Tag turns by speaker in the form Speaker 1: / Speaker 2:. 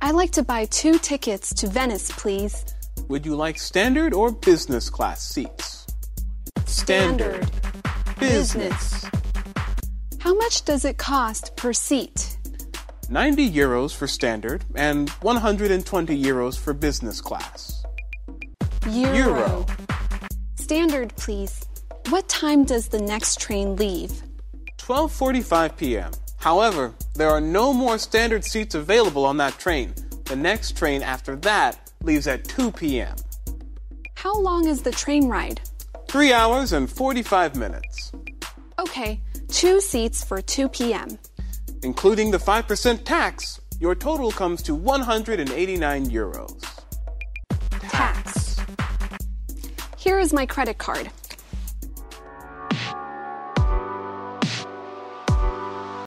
Speaker 1: I'd like to buy two tickets to Venice, please.
Speaker 2: Would you like standard or business class seats? Standard. Business.
Speaker 1: How much does it cost per seat?
Speaker 2: 90 euros for standard and 120 euros for business class.
Speaker 1: Euro.
Speaker 2: Euro.
Speaker 1: Standard, please. What time does the next train leave?
Speaker 2: 12:45 p.m. However, there are no more standard seats available on that train. The next train after that leaves at 2 p.m.
Speaker 1: How long is the train ride?
Speaker 2: 3 hours and 45 minutes,
Speaker 1: Okay, two seats for 2 p.m.
Speaker 2: including the 5% tax. Your total comes to 189 euros.
Speaker 1: Tax. Here is my credit card.